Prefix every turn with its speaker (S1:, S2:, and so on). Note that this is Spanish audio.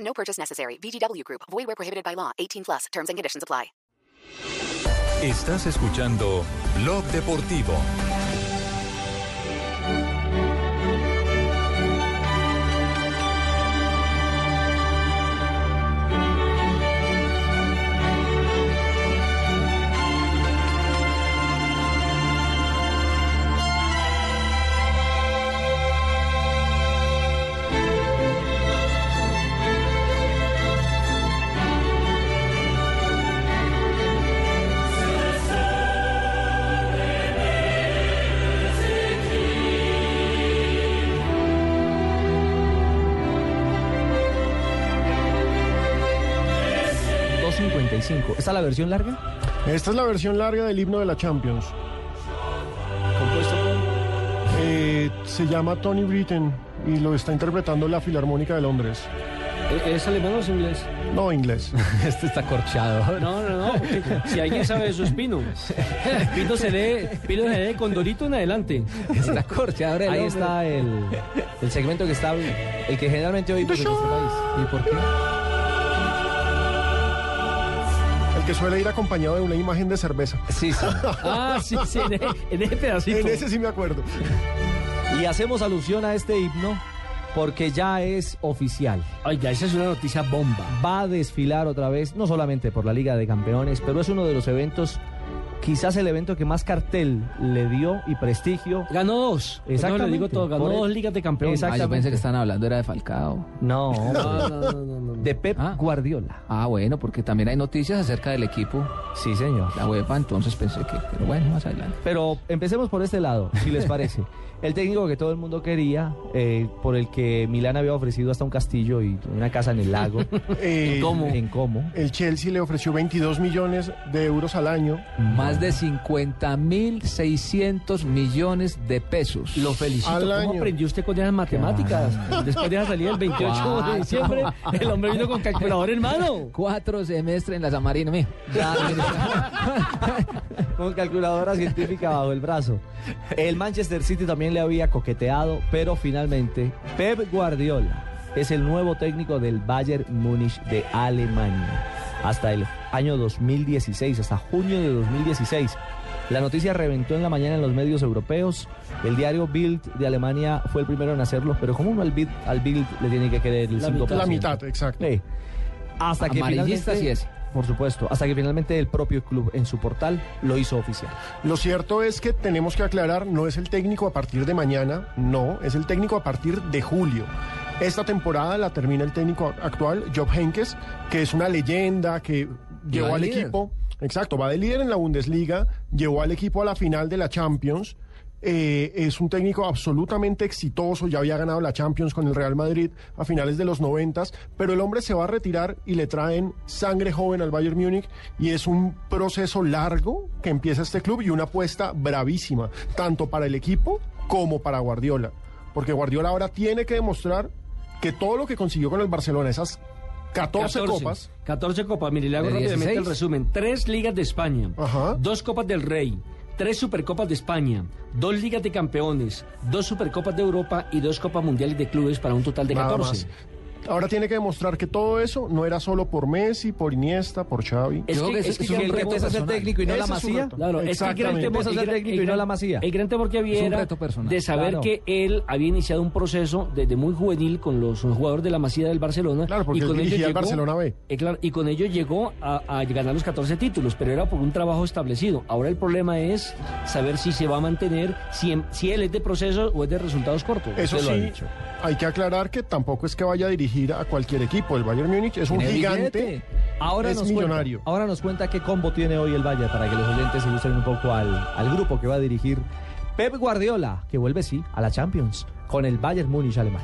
S1: No purchase necessary. VGW Group. Void where prohibited by law. 18 plus. Terms and conditions apply.
S2: Estás escuchando Blog Deportivo.
S3: ¿Esta es la versión larga?
S4: Esta es la versión larga del himno de la Champions. Eh, se llama Tony Britten y lo está interpretando la Filarmónica de Londres.
S5: ¿Es alemán o es inglés?
S4: No inglés.
S3: Este está corchado.
S5: No, no, no. Si alguien sabe eso es Pino. Pino se lee, Pino se lee con Dorito en adelante.
S3: Está corchado.
S5: el
S3: Ahí
S5: hombre.
S3: está el, el segmento que está, el que generalmente oímos en nuestro país. ¿Y por qué?
S4: El que suele ir acompañado de una imagen de cerveza.
S3: Sí, sí.
S5: Ah, sí, sí, en, e- en ese pedacito.
S4: En ese sí me acuerdo.
S3: Y hacemos alusión a este himno porque ya es oficial.
S5: Oiga, esa es una noticia bomba.
S3: Va a desfilar otra vez, no solamente por la Liga de Campeones, pero es uno de los eventos, quizás el evento que más cartel le dio y prestigio.
S5: Ganó dos.
S3: Exactamente.
S5: Exactamente. Pues le digo todo. Ganó
S3: Por el-
S5: dos ligas de campeones.
S3: Exactamente.
S6: Ah, yo pensé que estaban hablando era de Falcao.
S3: No,
S5: No,
S3: hombre,
S5: no, no, no, no, no.
S3: de Pep
S6: Ah.
S3: Guardiola.
S6: Ah, bueno, porque también hay noticias acerca del equipo,
S3: Sí, señor.
S6: la UEFA, entonces pensé que, pero bueno, más adelante.
S3: Pero empecemos por este lado, si les parece. El técnico que todo el mundo quería, eh, por el que Milán había ofrecido hasta un castillo y una casa en el lago,
S4: Eh,
S3: en Como.
S4: El Chelsea le ofreció 22 millones de euros al año.
S3: Mm.
S6: Más de 50.600 millones de pesos.
S5: Lo felicito.
S4: Al
S5: ¿Cómo
S4: año.
S5: aprendió usted con esas matemáticas? Después de esa salida el 28 de diciembre, el hombre vino con calculador en mano.
S6: Cuatro semestres en la Samarina, mijo.
S3: Con calculadora científica bajo el brazo. El Manchester City también le había coqueteado, pero finalmente Pep Guardiola es el nuevo técnico del Bayern Múnich de Alemania. Hasta el año 2016, hasta junio de 2016. La noticia reventó en la mañana en los medios europeos. El diario Bild de Alemania fue el primero en hacerlo, pero como uno al Bild, al Bild le tiene que querer el
S5: La
S3: 5%?
S4: La mitad, exacto.
S3: Sí. Hasta que
S6: Amarillista
S3: finalmente,
S6: sí es.
S3: Por supuesto, hasta que finalmente el propio club en su portal lo hizo oficial.
S4: Lo cierto es que tenemos que aclarar, no es el técnico a partir de mañana, no, es el técnico a partir de julio. Esta temporada la termina el técnico actual, Job Henkes, que es una leyenda que llevó
S6: va
S4: al
S6: de líder.
S4: equipo, exacto, va de líder en la Bundesliga, llevó al equipo a la final de la Champions. eh, es un técnico absolutamente exitoso, ya había ganado la Champions con el Real Madrid a finales de los noventas, pero el hombre se va a retirar y le traen sangre joven al Bayern Múnich y es un proceso largo que empieza este club y una apuesta bravísima, tanto para el equipo como para Guardiola, porque Guardiola ahora tiene que demostrar que todo lo que consiguió con el Barcelona, esas 14. copas,
S5: 14 copas. Mire, le hago
S6: De
S5: rápidamente
S6: 16.
S5: el resumen. Tres ligas de España,
S4: Ajá.
S5: dos copas del Rey, tres supercopas de España, dos ligas de campeones, dos supercopas de Europa y dos copas mundiales de clubes para un total de
S4: Nada más.
S5: 14.
S4: Ahora tiene que demostrar que todo eso no era solo por Messi, por Iniesta, por Xavi.
S5: Es
S6: Yo
S5: que,
S6: creo que
S5: es
S6: ese
S5: que
S6: es un
S5: el
S6: reto
S5: gran-
S3: empieza a ser
S6: personal.
S3: técnico y no
S4: Ese
S3: la
S4: es su
S3: masía.
S4: reto.
S5: Claro, es que el gran
S4: Exactamente.
S5: temor,
S3: Empieza a ser
S5: el gran-
S3: técnico y
S5: el
S3: no la
S5: gran-
S3: masía.
S5: El gran temor que había
S6: Es un
S5: era
S6: reto personal.
S5: de saber
S3: Claro.
S5: que él había iniciado un proceso desde muy juvenil con los jugadores de la masía del Barcelona.
S4: Claro, porque
S5: y
S4: él
S5: con ellos
S4: dirigía al
S5: llegó-
S4: Barcelona B.
S5: Eh, claro, y con ello llegó a, a ganar los 14 títulos, pero era por un trabajo establecido. Ahora el problema es saber si se va a mantener, si, em- si él es de proceso o es de resultados cortos.
S4: Eso
S5: Usted lo ha
S4: sí,
S5: dicho.
S4: hay que aclarar que tampoco es que vaya a dirigir a cualquier equipo. El Bayern Múnich es un
S3: Tiene
S4: gigante.
S3: billete. Ahora
S4: es
S3: nos
S4: millonario.
S3: Cuenta, ahora nos cuenta qué combo tiene hoy el Bayern para que los oyentes ilustren un poco al, al grupo que va a dirigir Pep Guardiola, que vuelve sí a la Champions con el Bayern Múnich alemán.